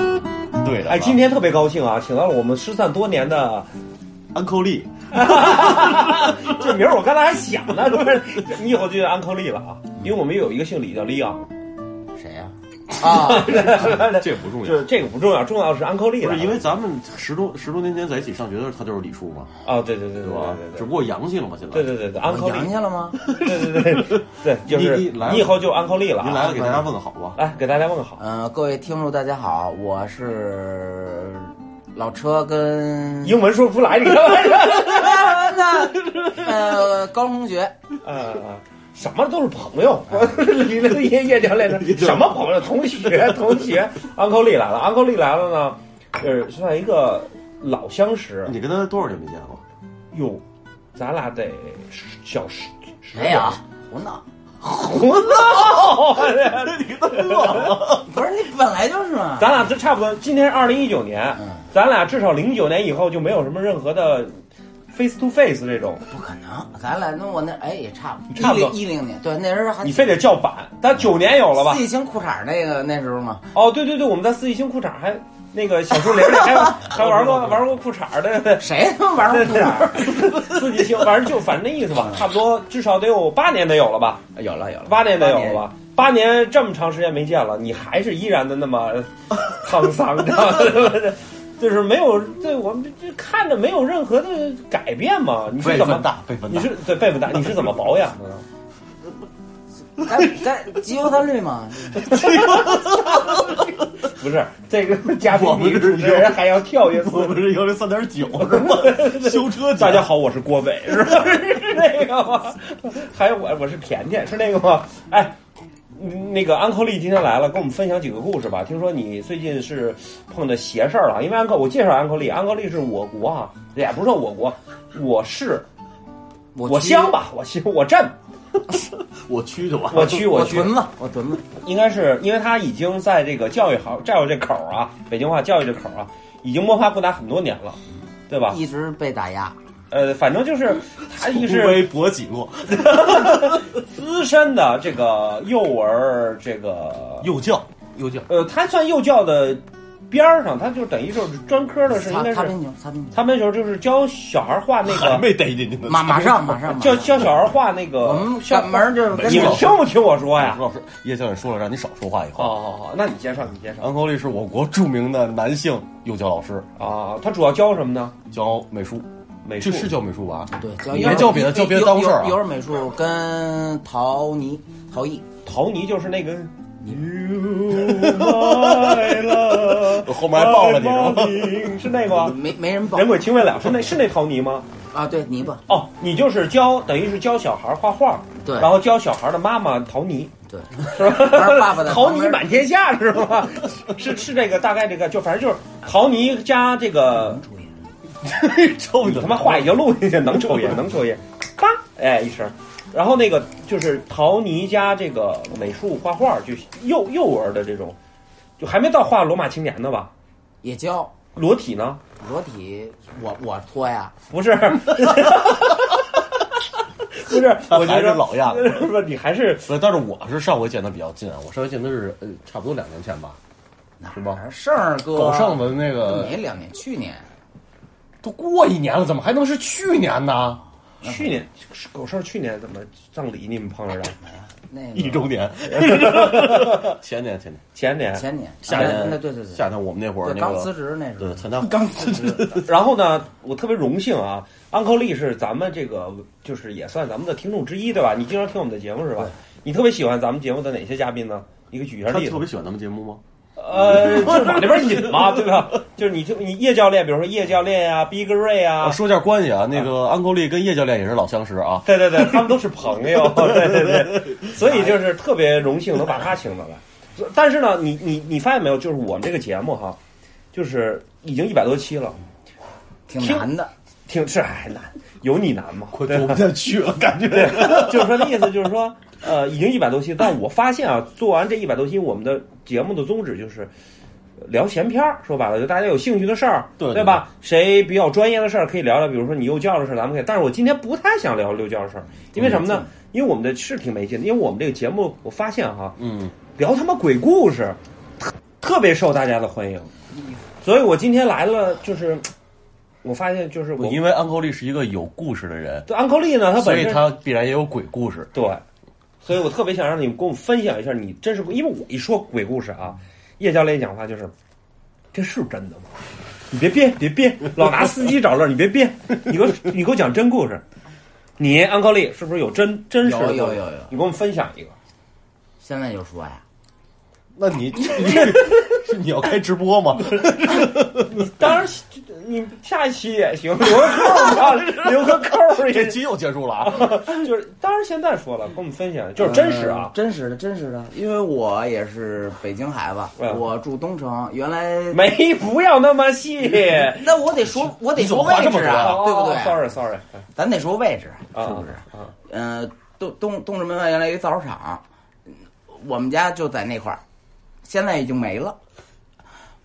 的。哎，今天特别高兴啊，请到了我们失散多 年的， Uncle Lee，这名儿我刚才还想呢，不是你以后就叫安克利了啊，因为我们有一个姓李叫李昂，谁呀？啊，这也不重要就。是这个不重要，重要的是啊安克利不了是因为咱们十多十多年前在一起上学的时候，他就是李叔嘛，啊，对对对对对吧？只对不过洋气了嘛，现在。对对对对对，安克我利阳，去了 吗？对对对对 对，就是你你来吧你以后就安克利了您来啊，了，给大家问个好吧。来给大家问个好，嗯，各位听众大家好，我是老车跟英文说不出来，你干嘛呀？ 那呃高中同学，啊啊！什么都是朋友，李乐爷爷聊来着，什么朋友？同学，同学，uncle 丽来了，uncle 丽来了呢，呃，算一个老相识。你跟他多少年没见了？哟，咱俩得十小十十没有胡闹，胡闹，不是你本来就是嘛。咱俩这差不多。今天是二零一九年，咱俩至少零九年以后就没有什么任何的 face to face 这种，不可能，咱俩那我那哎也差不多，差不多一零一零年，对，那时候还你非得叫板。咱九年有了吧四？季青裤衩那个那时候嘛，哦，对对对，我们在四季青裤衩还那个小树林里还有还玩过玩过裤衩的。对谁他妈玩过裤衩？自己行，反正就反正那意思吧，差不多至少得有八年得有了吧，有了有了，八年得有了吧，八年这么长时间没见了，你还是依然的那么沧桑的，就是没有对我们这看着没有任何的改变嘛？你是怎么？大，辈分你是对辈分大，你是怎么保养的呢？咱咱集邮三 律嘛，不是这个嘉宾我们比是主持人还要跳跃 我四们是幺零三点九是吗？修车 大家好，我是郭伟，是吧？是那个吗？还有我，我是甜甜，是那个吗？哎，嗯那个安克利今天来了，跟我们分享几个故事吧。听说你最近是碰着邪事儿了，因为安克，我介绍安克利，安克利是我国啊，也不是说我国，我市，我我区啊乡，吧，我乡，我镇，我去就完我了。区，我区，屯子，我屯子，应该是因为他已经在这个教育行，教育这口儿啊，北京话教育这口儿啊，已经摸爬滚打很多年了，对吧？一直被打压，呃，反正就是他 一是不为博己过，资深的这个幼儿这个幼教，幼教，呃，他算幼教的边儿上，他就等于就是专科的是应擦该擦是边球，擦边球，他们那时候就是教小孩画那还个，没逮进去呢。马马上马上，马教上教小孩画那个我们校赶门儿就是跟你们没听不听我说呀？哎老师，叶教授说了，让你少说话以哦后。哦哦，那你介绍你介绍 Uncle Lee 是我国著名的男性幼教老师，啊，他主要教什么呢？教美术，美术这是教美术吧？对，你幼儿别叫别的幼叫别的耽误事儿啊幼幼幼儿美术跟陶泥陶艺，陶泥就是 那个。You my love，我后面还抱了你是吗 my darling，是 那 个吗没没人报人鬼情未了，是那是那陶泥吗？啊，对泥巴，哦，你就是教，等于是教小孩画画，对然后教小孩的妈妈陶泥，对，是吧？玩儿爸爸的陶 旁泥边满天下是吧？ 是是这个大概这个，就反正就是陶泥加这个，注意， 臭你他妈话已经录进去，能抽烟能抽烟，啪，哎一声。然后那个就是陶泥加这个美术画画，就幼幼儿的这种，就还没到画罗马青年呢吧？也教裸体呢？裸体，我我脱呀，不 是，不是，我觉还是得老样子。 不是你还是不是，呃但是我是上回见的比较近啊，我上回见的是呃，差不多两年前吧，是吧？胜儿啊哥狗剩的那个没两年，去年都过一年了，怎么还能是去年呢？去年狗剩去年怎么葬礼你们碰上的？那一个周年， 前年前年前年。前年夏天啊那那对对对，夏天我们那会儿对那刚个辞职那时对候，参加刚辞职，然后呢，我特别荣幸啊，Uncle Lee 是咱们这个就是也算咱们的听众之一，对吧？你经常听我们的节目是吧对？你特别喜欢咱们节目的哪些嘉宾呢？你给举一下他例特子。别喜欢咱们节目吗？呃，就是往那边引嘛，对 吧？就是你就你叶教练，比如说叶教练呀、Big Ray 啊，啊，说一下关系啊，那个安 l 利跟叶教练也是老相识 啊。对对对，他们都是朋 友，对对对，所以就是特别荣幸能把他请到来。但是呢，你你你发现没有，就是我们这个节目哈，就是已经一百多期了，挺难的，挺是还难，有你难吗？ 快走不下去了，感觉就是说那意思就是说，呃，已经一百多期，但我发现啊，做完这一百多期，我们的节目的宗旨就是聊闲篇儿。说白了，就大家有兴趣的事儿，对对吧？谁比较专业的事儿可以聊聊，比如说你幼教的事儿，咱们可以。但是我今天不太想聊幼教的事儿，因为什么呢？嗯因为我们的是挺没劲的，因为我们这个节目，我发现哈、嗯，嗯聊他妈鬼故事，特特别受大家的欢迎。所以我今天来了，就是我发现就是我因为安扣利是一个有故事的人，安扣利呢，他所本以身他必然也有鬼故事。对，所以我特别想让你们跟我分享一下，你真是因为我一说鬼故事啊，叶教练一讲话就是，这是真的吗？你别编，别编，老拿司机找乐，你别编，你给我你给我讲真故事。你安高丽是不是有真真实的故事？有有有有你给我们分享一个。现在就说呀，那你是 你要开直播 吗？当然，你下一期也行，留个扣啊， 留个扣这也期又结束了啊！就是，当然现在说了，跟我们分享，就是真实呃啊，真实的，真实的，因为我也是北京孩子，嗯我住东城，原来没不要那么细， 对那我得说，我得你怎么说话位这么置多哦啊，对不对？ ？Sorry Sorry，咱得说位置，啊是不是？啊，呃，东东东直门外原来有一造纸厂，嗯我们家就在那块儿，现在已经没了。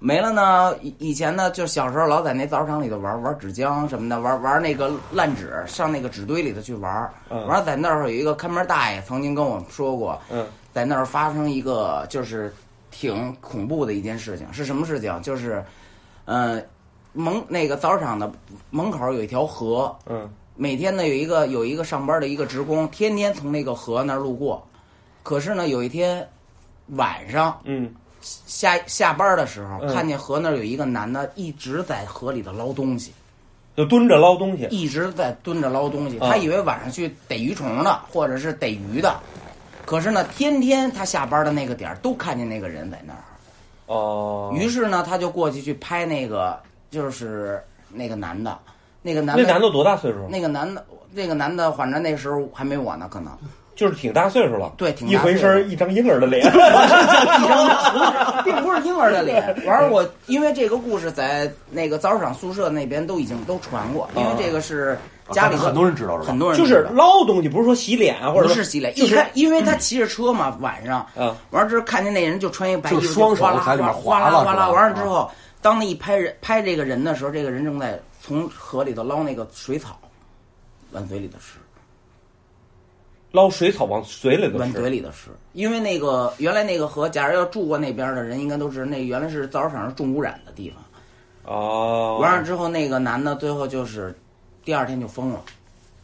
没了呢，以以前呢，就小时候老在那造纸厂里头玩玩纸浆什么的，玩玩那个烂纸，上那个纸堆里头去玩。嗯完了，在那儿有一个看门大爷曾经跟我们说过，嗯在那儿发生一个就是挺恐怖的一件事情，是什么事情？就是，呃，门那个造纸厂的门口有一条河，嗯每天呢有一个有一个上班的一个职工，天天从那个河那儿路过。可是呢，有一天晚上嗯，下下班的时候，嗯看见河那儿有一个男的一直在河里头捞东西，就蹲着捞东西，一直在蹲着捞东西。啊他以为晚上去逮鱼虫的，或者是逮鱼的。可是呢，天天他下班的那个点儿都看见那个人在那儿。哦，于是呢，他就过去去拍那个，就是那个男的，那个男那的，男的多大岁数？那个男的，那个男的，反正那时候还没我呢，可能。就是挺大岁数了，对挺一大岁回数身一张婴儿的 脸，一张脸，并不是婴儿的脸。完了，我因为这个故事在那个早市场宿舍那边都已经都传过，因为这个是家里啊很多人知道是吧很多人就是知道捞东西，不是说洗脸啊，或者不说是洗脸，就一是开因为他骑着车嘛，晚上啊，完了之后看见那人就穿一白衣就服，是双手哗啦在里面哗划啦了哗啦。是吧啊完了之后，当那一拍人拍这个人的时候，这个人正在从河里头捞那个水草，往嘴里头吃。捞水草往嘴里头往嘴吃，里头吃，因为那个原来那个河，假如要住过那边的人，应该都知道，那原来是造纸厂是重污染的地方。哦，完了之后，那个男的最后就是第二天就疯了，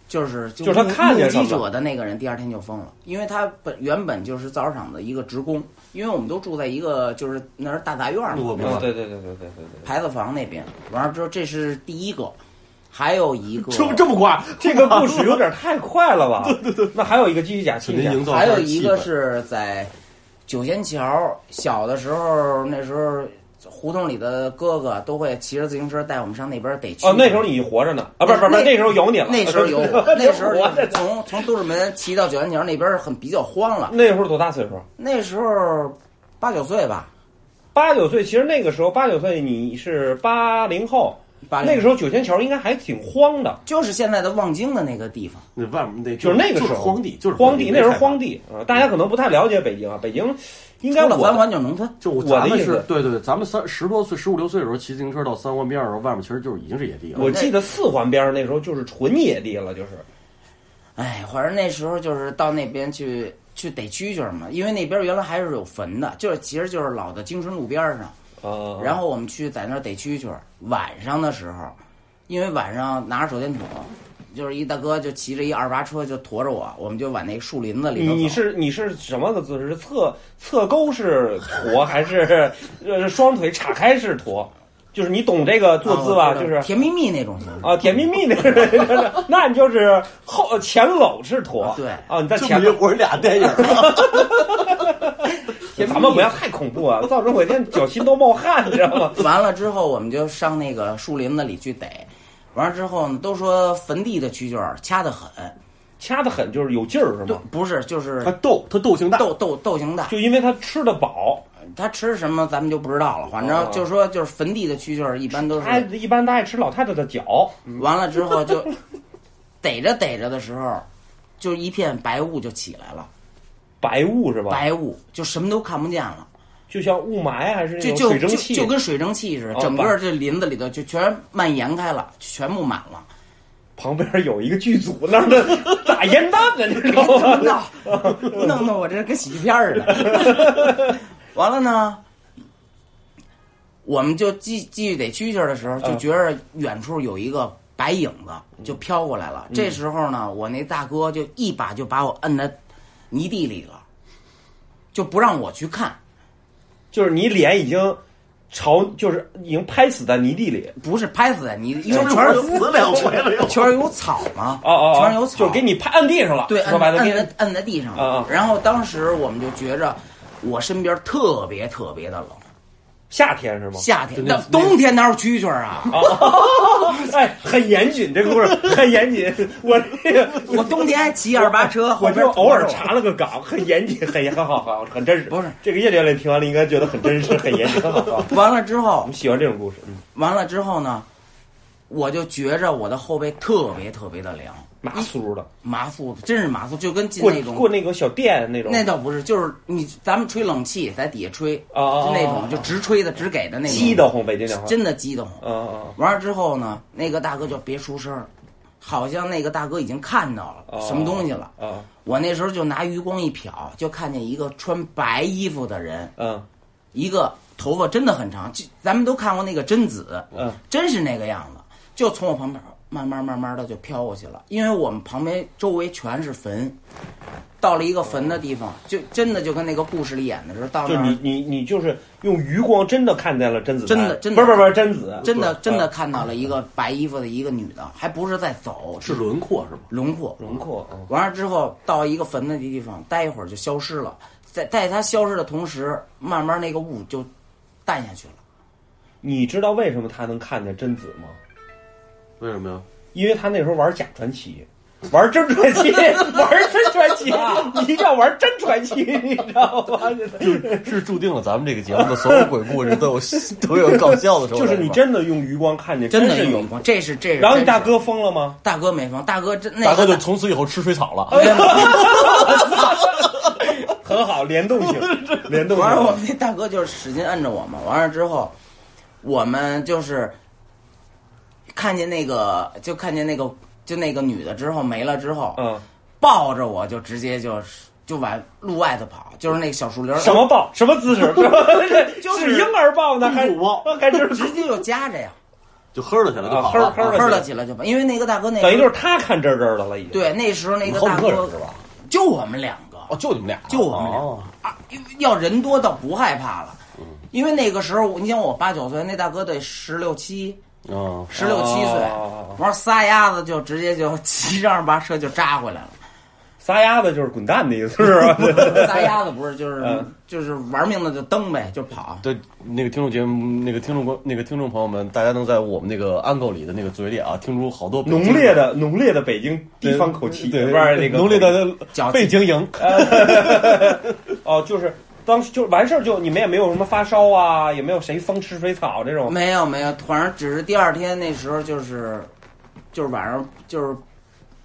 就是就就是他目看见目什么击者的那个人第二天就疯了，因为他本原本就是造纸厂的一个职工，因为我们都住在一个就是那是大杂院嘛，我明嗯白，对对对对对对对， 牌子房那边。完了之后，这是第一个，还有一个，这这么快，这个故事有点太快了 吧？对对对，那还有一个继续讲，继肯续定讲营，造还下有一气个氛是在九仙桥，小的时候那时候胡同里的哥哥都会骑着自行车带我们上那边逮蛐。哦，那时候你活着呢啊，不是不是不是，那那时候有你了，，那时候有 那时候活着呢，从从东直门骑到九仙桥那边很比较荒了，那时候多大岁数？那时候八九岁吧，八九岁，其实那个时候八九岁你是八零后，八零那个时候九仙桥应该还挺荒的，就是现在的望京的那个地方。那外面那就是那个时候荒地，就是荒地，那时候荒地。地啊，大家可能不太了解北京啊，北京应该除了我三环就是农村，就我我的咱们意思是对对对，咱们三十多岁、十五六岁的时候骑自行车到三环边上的时候，外面其实就是已经是野地了。我记得四环边上那时候就是纯野地了，就是哎，反正那时候就是到那边去去逮蛐蛐儿嘛，因为那边原来还是有坟的，就是其实就是老的京春路边儿上。啊然后我们去在那儿逮蛐蛐儿。晚上的时候，因为晚上拿着手电筒，就是一大哥就骑着一二八车就驮着我，我们就往那树林子里你头走。你是你是什么的姿势？是侧侧勾式驮还是呃双腿岔开式驮？就是你懂这个坐姿吧？啊我就知道是甜蜜蜜那种型。啊，甜蜜蜜那个， 那你就是后前搂式驮啊。对啊，你在前一会儿俩电影，咱们不要太恐怖啊，造成我现在脚心都冒汗，你知道吗？ 完了之后，我们就上那个树林子里去逮。完了之后呢，都说坟地的蛐蛐儿掐得很，掐得很，就是有劲儿是对吗？，不是就是它斗它斗性大，豆豆豆型大。就因为他吃的饱，他吃什么咱们就不知道了，反哦正就说就是坟地的蛐蛐儿一般都他是一般他爱吃老太太的脚，完了之后就 逮着逮着的时候，就一片白雾就起来了，白雾是吧？白雾就什么都看不见了，就像雾霾还是那就种就水就蒸气，就跟哎水蒸气似的哦，整白个这林子里头就全蔓延开了，全部满了。旁边有一个剧组那儿的 打烟弹呢，你知道 吗？闹，弄得我这跟喜剧片儿似的。完了呢，我们就继继续得蛐蛐的时候，就嗯觉着远处有一个白影子就飘过来了。嗯这时候呢，我那大哥就一把就把我摁在泥地里了，就不让我去看。就是你脸已经朝，就是已经拍死在泥地里。不是拍死在泥，因为哎就是全我是死两回了又。 全是有草嘛，哦哦，哦全是有草，就是给你拍按地上了。对，说摁白了，摁给在摁在地上了啊啊然后当时我们就觉着，我身边特别特别的冷，夏天是吗？夏天，那那冬天哪有蛐蛐儿啊？哦哎，很严谨，这 故事很严谨。我这个我冬天还骑二八车，我后边就偶尔驮着我。查了个岗，很严谨，很很好，很好很真实。不是这个叶教练听完了应该觉得很真实，很严谨，很好。很好 完了之我后们，喜欢这种故事，嗯，完了之后呢，我就觉着我的后背特别特别的凉，麻酥的，麻酥，真是麻酥，就跟进过嗯那种过那个小店那种，那倒不是，就是你咱们吹冷气在底下吹，哦哦就那哦哦种就直吹的直给的那种，激得慌，北京那会儿，真的激动。嗯嗯完了之后呢，那个大哥就别出声儿，好像那个大哥已经看到哦了什么东西了。嗯我那时候就拿余光一瞟，就看见一个穿白衣服的人，嗯一个头发真的很长，就咱们都看过那个贞子，嗯真是那个样子，就从我旁边慢慢慢慢的就飘过去了，因为我们旁边周围全是坟，到了一个坟的地方，就真的就跟那个故事里演的时候，到就那是儿你你你就是用余光真的看见了贞子台，真的真的不是不是不是贞子，真的真的看到了一个白衣服的一个女的，还不是在走，嗯是轮廓是吗？轮廓，轮廓，嗯完了之后到一个坟的地方待一会儿就消失了，在在它消失的同时，慢慢那个雾就淡下去了。你知道为什么他能看见贞子吗？为什么呀？因为他那时候玩假传奇，玩真传 奇，玩真传啊奇，你一定要玩真传奇， 你知道吗？就是是注定了咱们这个节目的所有鬼故事都有都有搞笑的时候，就是你吧真的用余光看见，是真的有有。光，这是这是。然后你大真是哥疯了吗？大哥没疯，大哥真那大哥个就从此以后吃水草了。很好，联动 性，联动完了，我性。们那大哥就使劲摁着我们。完了之后，我们就是看见那个，就看见那个，就那个女的之后没了之后，嗯，抱着我就直接就是就往路外头跑，就是那个小树林儿什么抱？什么姿势？ 就是是婴儿抱呢，还是公主抱 还是直接就夹着呀，就呵了起来就啊跑呵了，呵喷了起来就跑。因为那个大哥那等于时就候是他看这儿这儿的了，已经。对那时候那你个们后大面客人哥是吧？就我们两个，哦，就你们俩，就我们俩哦啊，要人多倒不害怕了，因为那个时候你想我八九岁，那大哥得十六七。嗯，十六七岁哦，完仨丫子就直接就骑着二八车就扎回来了。撒丫子就是滚蛋的意思， 是吧？仨丫子不是就是就是玩命的就蹬呗，就跑。对，那个听众节目，那个听众观，那个听众朋友们，大家能在我们那个 uncle 里的那个嘴里啊，听出好多北京浓烈的浓烈的北京地方口气，对，不是那个浓烈的脚背景营， 哦，就是当时就完事儿，就你们也没有什么发烧啊，也没有谁疯吃水草这种。没有没有，反正只是第二天那时候就是就是晚上就是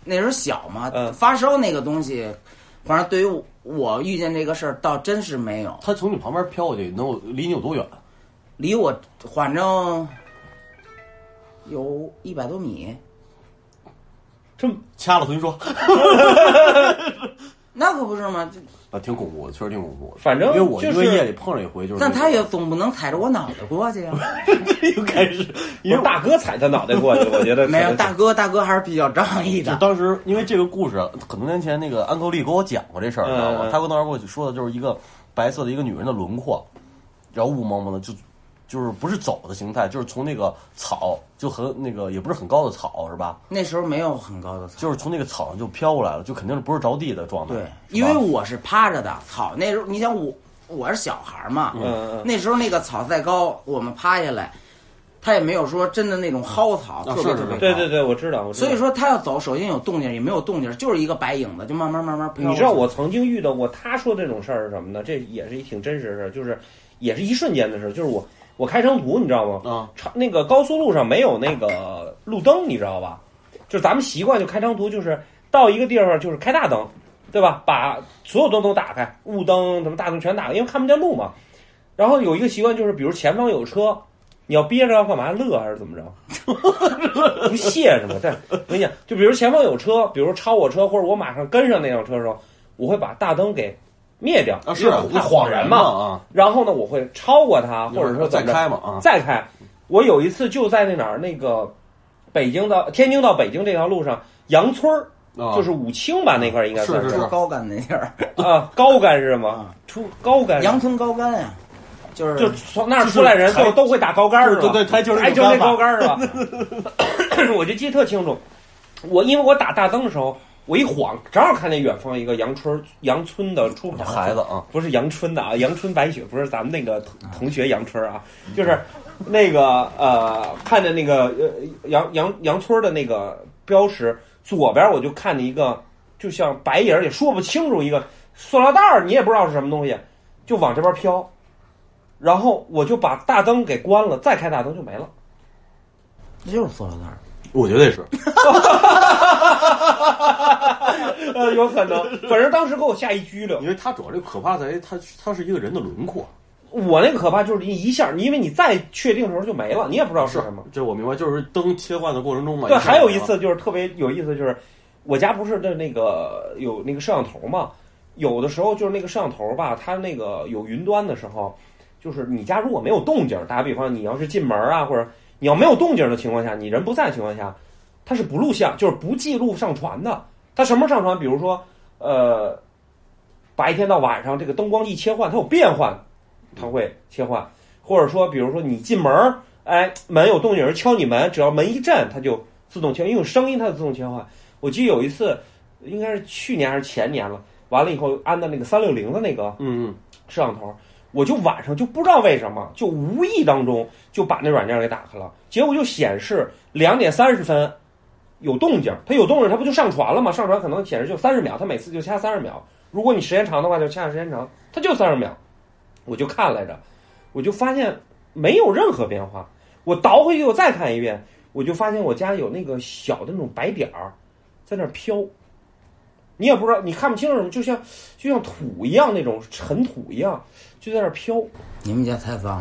那时候小嘛嗯，发烧那个东西，反正对于我我遇见这个事儿倒真是没有，他从你旁边飘过去，能有离你有多远？离我反正有一百多米。 这么掐了，所以说那可不是吗？这 啊，挺恐怖的，确实挺恐怖的。反正因为我就因是为夜里碰上一回，就是但那他个也总不能踩着我脑袋过去呀、啊又开始，因因为为大哥踩他脑袋过去，我觉得可能 没有，大哥，大哥还是比较仗义 就的。当时因为这个故事啊，很多年前那个安高丽给我讲过这事儿，嗯知道吗嗯？他跟我当时给我说的就是一个白色的一个女人的轮廓，然后雾蒙蒙的，就就是不是走的形态，就是从那个草就很那个也不是很高的草是吧？那时候没有很高的草，就是从那个草上就飘过来了，就肯定是不是着地的嗯状态。对，是因吧为我是趴着的草。那时候你想我，我是小孩儿嘛，嗯嗯那时候那个草再高，我们趴下来，他也没有说真的那种薅草，啊特别是特是别高。对对对，我知道，我知道所以说他要走，首先有动静，也没有动静，就是一个白影子，就慢慢慢慢飘。你知道我曾经遇到过他说这种事儿是什么呢？这也是一挺真实的事儿，就是也是一瞬间的事儿，就是我我开长途，你知道吗？啊，长那个高速路上没有那个路灯，你知道吧？就是咱们习惯就开长途，就是到一个地方就是开大灯，对吧？把所有灯都打开，雾灯什么大灯全打开，因为看不见路嘛。然后有一个习惯就是，比如前方有车，你要憋着要干嘛？乐还是怎么着？不屑是吗？但我跟你讲，就比如前方有车，比如超我车，或者我马上跟上那辆车的时候，我会把大灯给灭掉，啊是因为啊它晃燃晃燃嘛啊。然后呢，我会超过它，或者说再怎么着开嘛啊，再开。我有一次就在那哪儿，那个北京到天津到北京这条路上，杨村儿啊就是武清吧，那块儿应该算是就是高干那地儿，啊，高干是吗啊？出高干是杨村高干呀，就是就从那儿出来人就是都都会打高杆儿是吧？对对台球那台种球杆那法高杆儿是吧？ 我就记得特清楚，我因为我打大灯的时候，我一晃正好看见远方一个杨村杨村的出口，孩子啊，不是阳春的啊，阳春白雪不是咱们那个同同学阳春啊，就是那个呃，看着那个呃杨杨杨村的那个标识，左边我就看见一个，就像白影儿也说不清楚一个塑料袋儿，你也不知道是什么东西，就往这边飘，然后我就把大灯给关了，再开大灯就没了。 那就是塑料袋儿。 我觉得也是，呃，有可能，反正当时给我吓一激灵。因为它主要这个可怕在于它它是一个人的轮廓，我那个可怕就是一下，因为你再确定的时候就没了，你也不知道是什么。这我明白，就是灯切换的过程中嘛。对，下啊还有一就次就是特别有意思，就是我家不是的那个有那个摄像头嘛，有的时候就是那个摄像头吧，它那个有云端的时候，就是你家如果没有动静儿，打比方你要是进门啊，或者你要没有动静儿的情况下，你人不在的情况下，它是不录像，就是不记录上传的。它什么时候上传？比如说，呃，白天到晚上这个灯光一切换，它有变换，它会切换，或者说，比如说你进门儿，哎，门有动静，有人敲你门，只要门一震，它就自动切，因为有声音它就自动切换。我记得有一次，应该是去年还是前年了，完了以后安的那个三六零的那个嗯嗯，摄像头，我就晚上就不知道为什么，就无意当中就把那软件给打开了，结果就显示两点三十分有动静，它有动静，它不就上传了吗？上传可能显示就三十秒，它每次就掐三十秒，如果你时间长的话就掐时间长，它就三十秒，我就看来着，我就发现没有任何变化，我倒回去我再看一遍，我就发现我家有那个小的那种白点儿在那儿飘。你也不知道，你看不清楚，就像就像土一样那种尘土一样，就在那儿飘。你们家太脏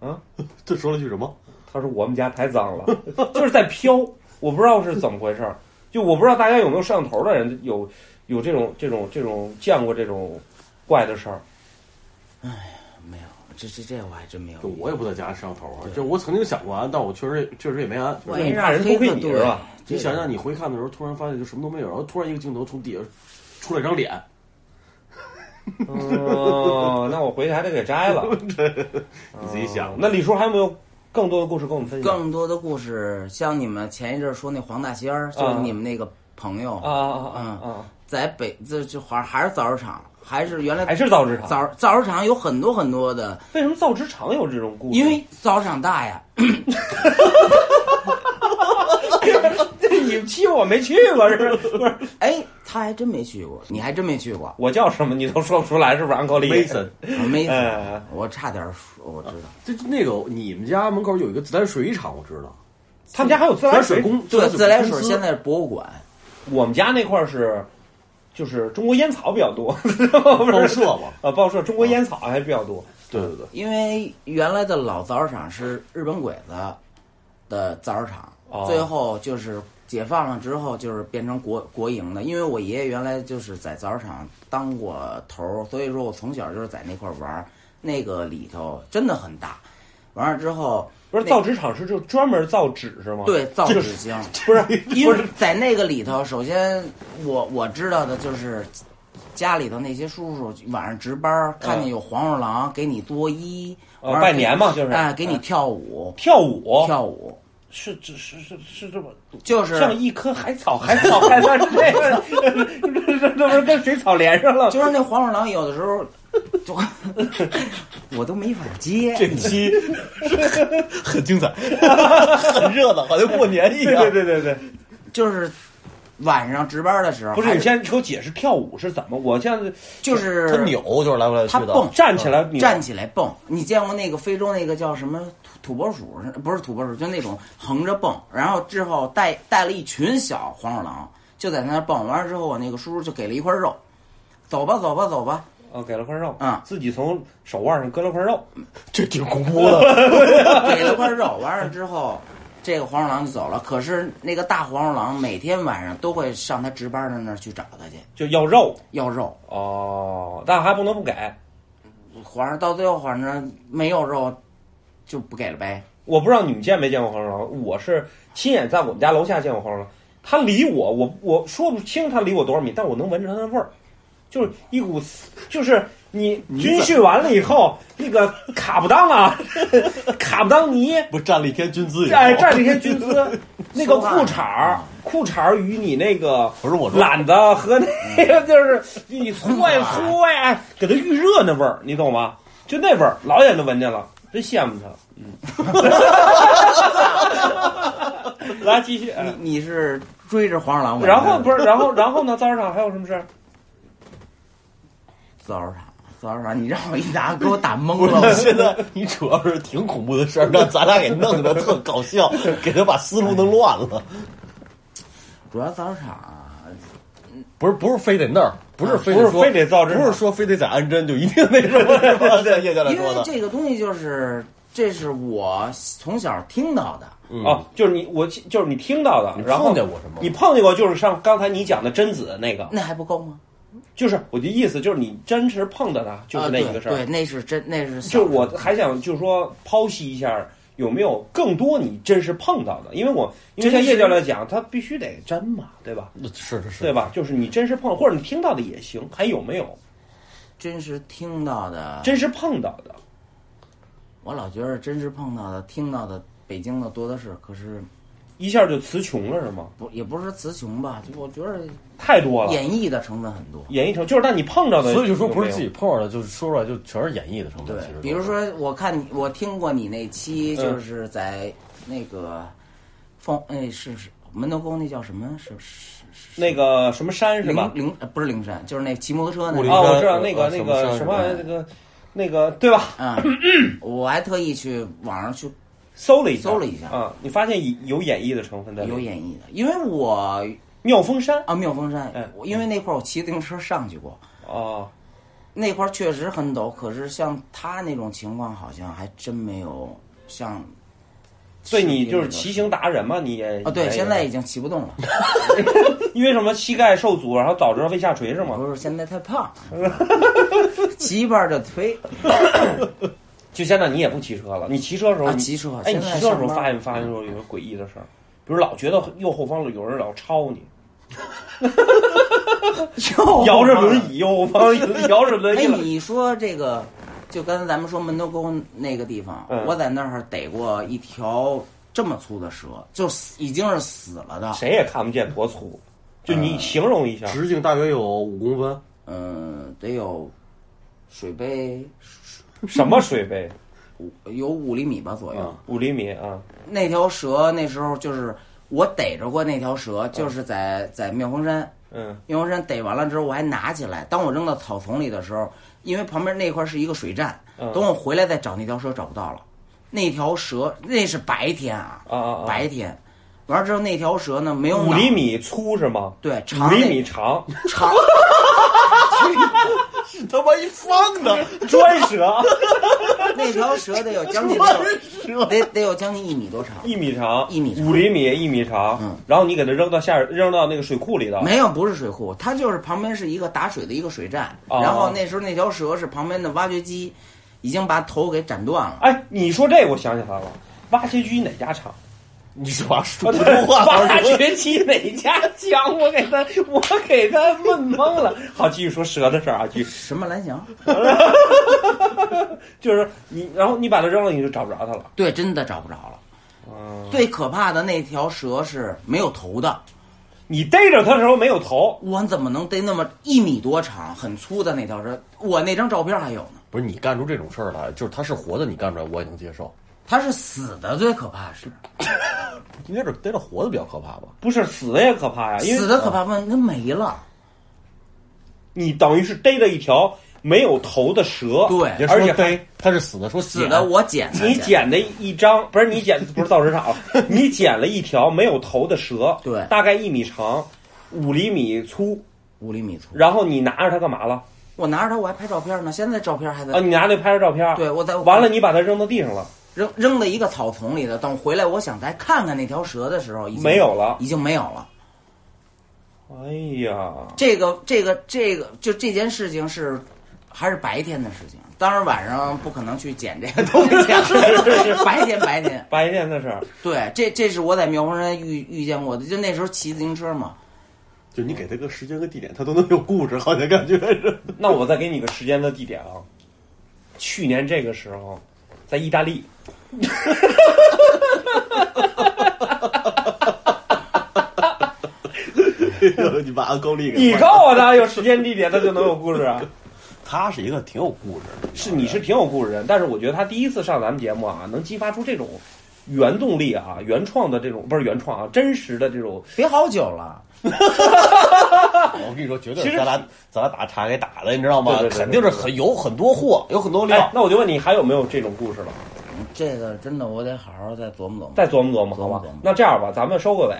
了，这说了句什么？他说我们家太脏了， 就是在飘，我不知道是怎么回事儿。就我不知道大家有没有摄像头的人有有这种这种这种见过这种怪的事儿。没有，这这这我还真没有。就我也不在家摄像头啊，就我曾经想过安，但我确实也确实也没安。我就是也怕人偷窥你是吧？你想想，你回看的时候，突然发现就什么都没有，然后突然一个镜头从底下出来一张脸， 哦，那我回去还得给摘了。你自己想吧。那李叔还有没有更多的故事跟我们分享？更多的故事，像你们前一阵儿说那黄大仙儿，就是你们那个朋友啊啊啊嗯啊！在北这这还还是造纸厂，还是原来还是造纸厂？造造纸厂有很多很多的，为什么造纸厂有这种故事？因 为造纸厂大呀，你欺负我没去过是不是？不 是，哎，他还真没去过，你还真没去过，我叫什么你都说不出来，是不是？Uncle Lee Mason，我没哎，我差点说，我知道，这那个你们家门口有一个自来水厂，我知道，他们家还有自自来来水水公对，自来公水司现在是博物馆，我们家那块儿是，就是中国烟草比较多，报 报社嘛。 啊，报社中国烟草还比较多。对对对，因为原来的老造纸厂是日本鬼子的造纸厂，哦最后就是解放了之后，就是变成国国营的。因为我爷爷原来就是在造纸厂当过头儿，所以说我从小就是在那块儿玩儿。那个里头真的很大，完了之后不是那造纸厂是就专门造纸是吗？，对造就纸是箱， 不 是因不为是在那个里头，首先我我知道的就是。家里头那些叔叔晚上值班儿，看见有黄鼠狼，给你作揖，呃完了拜给年嘛就是哦哎，给你跳舞，跳舞，跳舞，是这是是是这么就是像一棵海草，海草海 草是这个，这这这不是跟水草连上了？就是那黄鼠狼有的时候就 我都没法接，这期很精彩，很热闹，好像过年一对 对对对对，就是晚上值班的时候，不是还你先给我解释跳舞是怎么？我现在就是它扭就是来回来去它的，蹦站起来扭站起来蹦。你见过那个非洲那个叫什么土土拨鼠？不是土拨鼠，就那种横着蹦，然后之后带带了一群小黄鼠狼，就在那儿蹦。完了之后，我那个叔叔就给了一块肉，走吧，走吧，走吧。啊，给了块肉，嗯自己从手腕上割了块肉，这挺恐怖的。给了块肉，完了之后这个黄鼠狼就走了。可是那个大黄鼠狼每天晚上都会上他值班的那儿去找他去就要肉要肉。哦，但还不能不给。皇上到最后，反正没有肉就不给了呗。我不知道你们见没见过黄鼠狼，我是亲眼在我们家楼下见过黄鼠狼。它离我，我我说不清它离我多少米，但我能闻着它的味儿，就是一股， 就是你军训完了以后，那个卡布当 啊，卡布当尼，不站了一天军姿也哎，好。站了一天军姿，那个裤衩儿，裤衩儿与你那个不是我说，懒得和那个就是你搓呀搓呀，哎给它预热那味儿，你懂吗？就那味儿，老远就闻见了，真羡慕他。嗯， 来继续。嗯你你是追着黄鼠嗯狼闻的，然后不是，然后然后呢？造纸厂还有什么事儿？造肉厂，造肉厂，你让我一打给我打懵不 了。是，现在你主要是挺恐怖的事儿，让咱俩给弄得特搞笑，给他把思路弄乱了。主要造肉厂啊，不是，不是非得那儿，不是非不得是说非得造纸厂不是说非得在安贞就一定那什么，是吧？像叶教练因说为的，这个东西就是这是我从小听到的，哦，就是你我就是你听到的你，然后碰见过什么你碰见过就是像刚才你讲的贞子那个，那还不够吗？就是我的意思就是你真实碰到的，就是那一个事儿、啊对，对，那是真，那是小就我还想就是说剖析一下，有没有更多你真实碰到的？因为我因为像叶教练讲，他必须得真嘛，对吧？是是对是，吧？就是你真实碰，或者你听到的也行，还有没有真实听到的，真实碰到的？我老觉得真实碰到的、听到的，北京的多的是。可是一下就词穷了是吗？不也不是词穷吧？就我觉得太多了，演绎的成分很多。演绎成就是，但你碰到的，所以就说不是自己碰上的，就是说出来就全是演绎的成分。对其实都，是比如说我看你，我听过你那期，嗯就是在那个凤，哎，是是门头沟那叫什么？是是是那个什么山是吧灵？灵呃不是灵山，就是那骑摩托车那武陵个山啊，我知道那个呃那什个么山什是么吧那个那个对吧？啊， 我还特意去网上去搜了一下，搜了一下啊，你发现有演绎的成分在里面有演绎的，因为我妙峰山啊妙峰山嗯，我因为那块儿我骑自行车上去过，啊，那块儿确实很陡，可是像他那种情况好像还真没有像。所以你就是骑哎行达人嘛？你也啊，对，也现在已经骑不动了，因为什么膝盖受阻，然后导致胃下垂是吗？不是现在太胖， 骑一半儿就推。就现在你也不骑车了，你骑车的时候，啊你骑车哎，你现在骑车的时候上班发现没发现说有个诡异的事儿，比如老觉得右后方有人老超你，摇着轮椅，右后方摇着轮哎，椅了，你说这个，就刚才咱们说门头沟那个地方，嗯我在那儿逮过一条这么粗的蛇，就死已经是死了的，谁也看不见多粗，就你形容一下，直径大约有五公分，嗯，得有水杯嗯什么水杯，五有五厘米吧左右。五厘米啊，那条蛇那时候就是我逮着过那条蛇，就是在、在妙峰山。嗯，妙峰山逮完了之后，我还拿起来。当我扔到草丛里的时候，因为旁边那块是一个水站，嗯等我回来再找那条蛇找不到了。那条蛇那是白天啊，啊啊啊白天。完了之后，那条蛇呢没有五脑厘，米粗是吗？对，五长厘那米长，长，他妈一方 的，砖蛇那条蛇得有将 近得有得得有将近一米多长。一米长，一米长嗯五厘米一米长，然后你给它扔到下扔到那个水库里头，没有，不是水库，它就是旁边是一个打水的一个水站。哦然后那时候那条蛇是旁边的挖掘机，已经把头给斩断了。哎，你说这我想起来了，挖掘机哪家厂？你这玩意儿说普通话玩挖儿掘机哪家强？我给他， 我给他问懵了。好，继续说蛇的事儿啊，继续，什么蓝翔？就是你，然后你把它扔了，你就找不着它了。对，真的找不着了。嗯，最可怕的那条蛇是没有头的，你逮着它的时候没有头，我怎么能逮那么一米多长、很粗的那条蛇？我那张照片还有呢。不是你干出这种事儿来，就是他是活的，你干出来我也能接受。它是死的，最可怕是应该是逮着活的比较可怕吧？不是死的也可怕呀，因为死的可怕，问它没了。你等于是逮着一条没有头的蛇，对别而说且还逮，他是死的，说死死的我捡的，你捡的一张不是你捡，不是造纸厂， 你捡了一条没有头的蛇，对大概一米长，五厘米粗，五厘米粗。然后你拿着它干嘛了？我拿着它，我还拍照片呢，现在照片还在。呃啊，你拿那拍着照片，对我在完了，你把它扔到地上了，扔扔在一个草丛里的。等回来，我想再看看那条蛇的时候，已经没有了已经没有了。哎呀，这个这个这个，就这件事情是还是白天的事情，当然晚上不可能去捡这个东西啊， 白天白天。白天的事儿，对，这这是我在妙峰山遇遇见过的，就那时候骑自行车嘛，就你给他个时间和地点，他都能有故事，好像感觉 是。那我再给你个时间和地点啊。去年这个时候，在意大利，你把安高丽给你告诉我 他有时间地点，他就能有故事啊。他是一个挺有故事的，是你是挺有故事人，但是我觉得他第一次上咱们节目啊，能激发出这种原动力啊、原创的这种不是原创啊，真实的这种别好久了。我跟你说，绝对其是实咱俩咱俩打岔给打的，你知道吗？对对对对肯定是很有很多货，有很多料哎。，那我就问你，还有没有这种故事了？这个真的，我得好好再琢磨琢磨。再琢磨琢磨，好琢吧磨琢磨？那这样吧，咱们收个尾，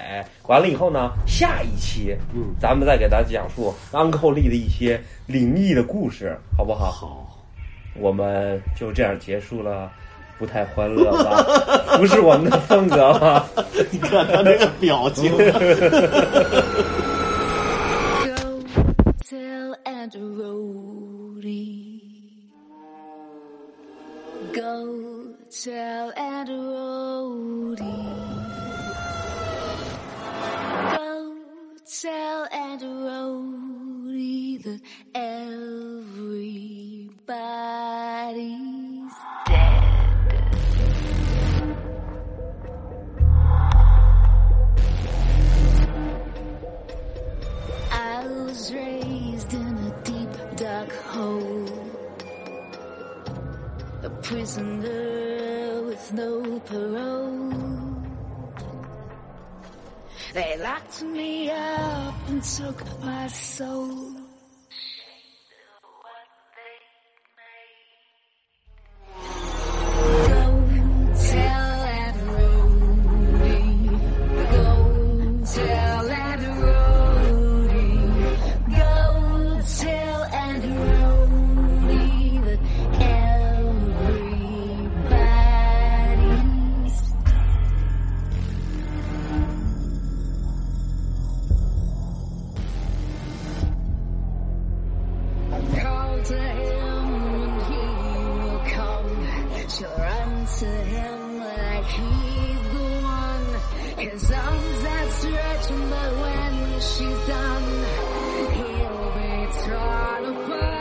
完了以后呢，下一期，嗯，咱们再给大家讲述 Uncle Lee 的一些灵异的故事，好不好？ 好，我们就这样结束了，不太欢乐吧？不是我们的风格吧？你看他那个表情。 Go tell Aunt Rhody. Go tell Aunt Rhody. Go tell Aunt Rhody that everybody's dead. I was raised in a deep dark hole. A prisoner with no parole. They locked me up and took my soul. Go tell Adderall. Go tell Adderall. Go tell Adderall that everybody's Call to him and he will come. She'll run to him like he's the one. His arms are stretching, but when she's done, he'll be torn apart.